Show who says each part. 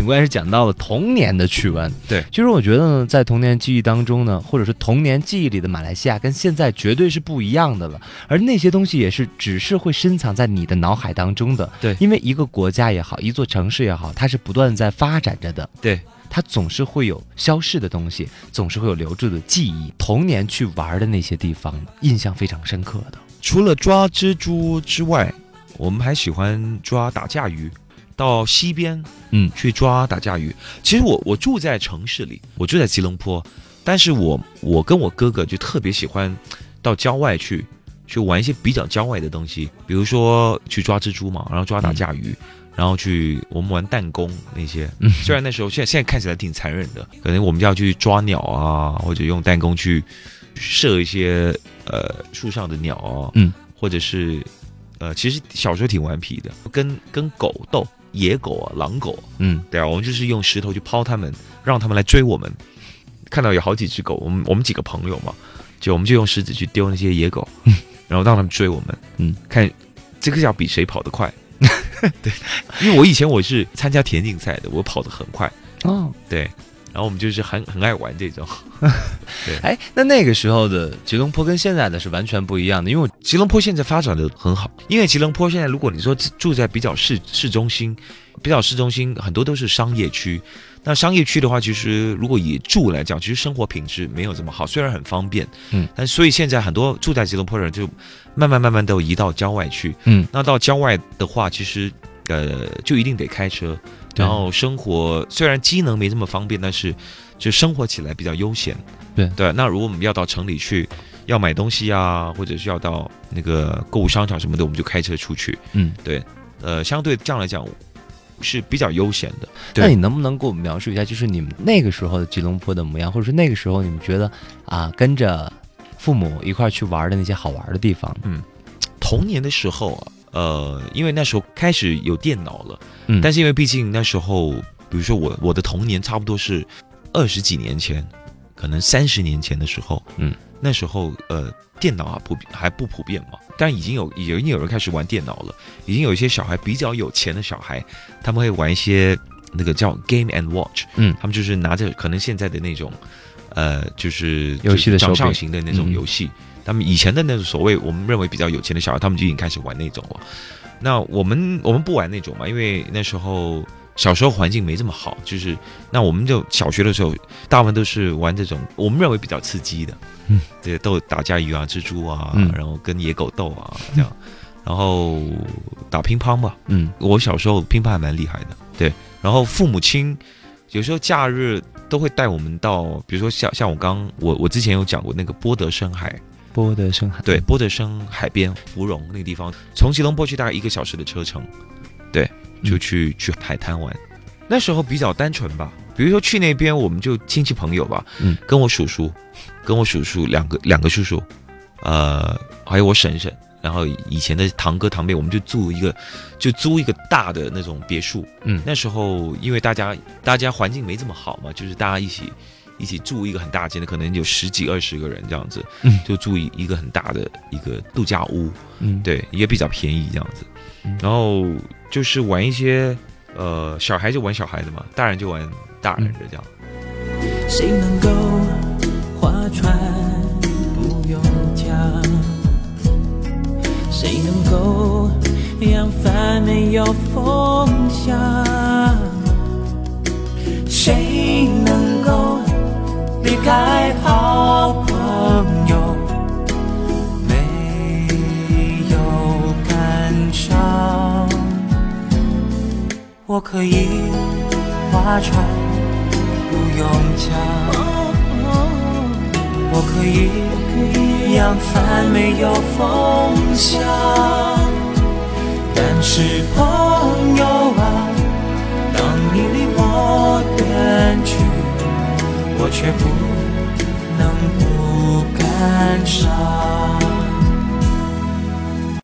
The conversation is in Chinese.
Speaker 1: 警官是讲到了童年的趣闻。
Speaker 2: 对
Speaker 1: 其实我觉得呢，在童年记忆当中呢，或者是童年记忆里的马来西亚，跟现在绝对是不一样的了。而那些东西也是只是会深藏在你的脑海当中的。
Speaker 2: 对
Speaker 1: 因为一个国家也好，一座城市也好，它是不断在发展着的。
Speaker 2: 对，
Speaker 1: 它总是会有消逝的东西，总是会有留住的记忆。童年去玩的那些地方，印象非常深刻的。
Speaker 2: 除了抓蜘蛛之外，我们还喜欢抓打架鱼，到溪边，
Speaker 1: 嗯
Speaker 2: 去抓打架鱼。其实我我住在城市里，我住在吉隆坡，但是我我跟我哥哥就特别喜欢到郊外去。去玩一些比较郊外的东西，比如说去抓蜘蛛嘛，然后抓打架鱼，然后去我们玩弹弓那些。
Speaker 1: 嗯，
Speaker 2: 虽然那时候现在现在看起来挺残忍的，可能我们要去抓鸟啊，或者用弹弓去射一些呃树上的鸟啊，
Speaker 1: 嗯，
Speaker 2: 或者是呃，其实小时候挺顽皮的，跟跟狗斗，野狗啊，狼狗，
Speaker 1: 嗯，
Speaker 2: 对啊，我们就是用石头去抛它们，让它们来追我们。看到有好几只狗，我们我们几个朋友嘛，就我们就用石子去丢那些野狗，然后让他们追我们。
Speaker 1: 嗯，
Speaker 2: 看这个要比谁跑得快。对，因为我以前我是参加田径赛的，我跑得很快。
Speaker 1: 哦，
Speaker 2: 对，然后我们就是很很爱玩这种。
Speaker 1: 哎，那那个时候的吉隆坡跟现在的是完全不一样的，因为我
Speaker 2: 吉隆坡现在发展的很好，因为吉隆坡现在如果你说住住在比较市市中心，比较市中心很多都是商业区。那商业区的话，其实如果以住来讲，其实生活品质没有这么好，虽然很方便，
Speaker 1: 嗯，
Speaker 2: 但所以现在很多住在吉隆坡的人就慢慢慢慢都移到郊外去，
Speaker 1: 嗯，
Speaker 2: 那到郊外的话，其实呃就一定得开车，
Speaker 1: 对
Speaker 2: 然后生活虽然机能没这么方便，但是就生活起来比较悠闲。
Speaker 1: 对
Speaker 2: 对，那如果我们要到城里去，要买东西啊，或者是要到那个购物商场什么的，我们就开车出去。
Speaker 1: 嗯，
Speaker 2: 呃，相对这样来讲是比较悠闲的。对
Speaker 1: 那你能不能给我们描述一下，就是你们那个时候的吉隆坡的模样，或者说那个时候你们觉得啊，跟着父母一块儿去玩的那些好玩的地方？
Speaker 2: 童年的时候啊，呃，因为那时候开始有电脑了，
Speaker 1: 嗯
Speaker 2: 但是因为毕竟那时候，比如说我我的童年差不多是二十几年前，可能三十年前的时候，
Speaker 1: 嗯，
Speaker 2: 那时候呃，电脑啊普还不普遍嘛，但已经有已经有人开始玩电脑了，已经有一些小孩比较有钱的小孩，他们会玩一些那个叫 Game and Watch，
Speaker 1: 嗯
Speaker 2: 他们就是拿着可能现在的那种，呃，就是
Speaker 1: 游戏的手柄
Speaker 2: 掌上型的那种
Speaker 1: 嗯
Speaker 2: 游戏。他们以前的那种所谓我们认为比较有钱的小孩，他们就已经开始玩那种了。那我们我们不玩那种嘛，因为那时候小时候环境没这么好，就是那我们就小学的时候，大部分都是玩这种我们认为比较刺激的，
Speaker 1: 嗯，
Speaker 2: 对，斗打架鱼啊、蜘蛛啊，
Speaker 1: 嗯
Speaker 2: 然后跟野狗斗啊这样，然后打乒乓吧，
Speaker 1: 嗯
Speaker 2: 我小时候乒乓还蛮厉害的，对。然后父母亲有时候假日都会带我们到，比如说像像我刚我我之前有讲过那个波德生海，
Speaker 1: 波的深海，
Speaker 2: 对，波德生海边芙蓉那个地方，从吉隆坡去大概一个小时的车程，对，就去、去海滩玩。那时候比较单纯吧，比如说去那边我们就亲戚朋友吧，
Speaker 1: 嗯，
Speaker 2: 跟我叔叔，跟我叔叔两个两个叔叔，呃，还有我婶婶，然后以前的堂哥堂妹，我们就住一个，就租一个大的那种别墅。
Speaker 1: 嗯
Speaker 2: 那时候因为大家大家环境没这么好嘛，就是大家一起一起住一个很大间的，可能有十几二十个人这样子，
Speaker 1: 嗯
Speaker 2: 就住一一个很大的一个度假屋，
Speaker 1: 嗯，
Speaker 2: 对，也比较便宜这样子
Speaker 1: 嗯。
Speaker 2: 然后就是玩一些，呃，小孩就玩小孩的嘛，大人就玩大人的这样。
Speaker 3: 谁能够划船不用桨？谁能够扬帆没有风向？谁能够离开好朋友没有感伤？我可以划船。不用讲，我可以扬帆没有风向，但是朋友啊，当你离我远去，我却不能不感伤。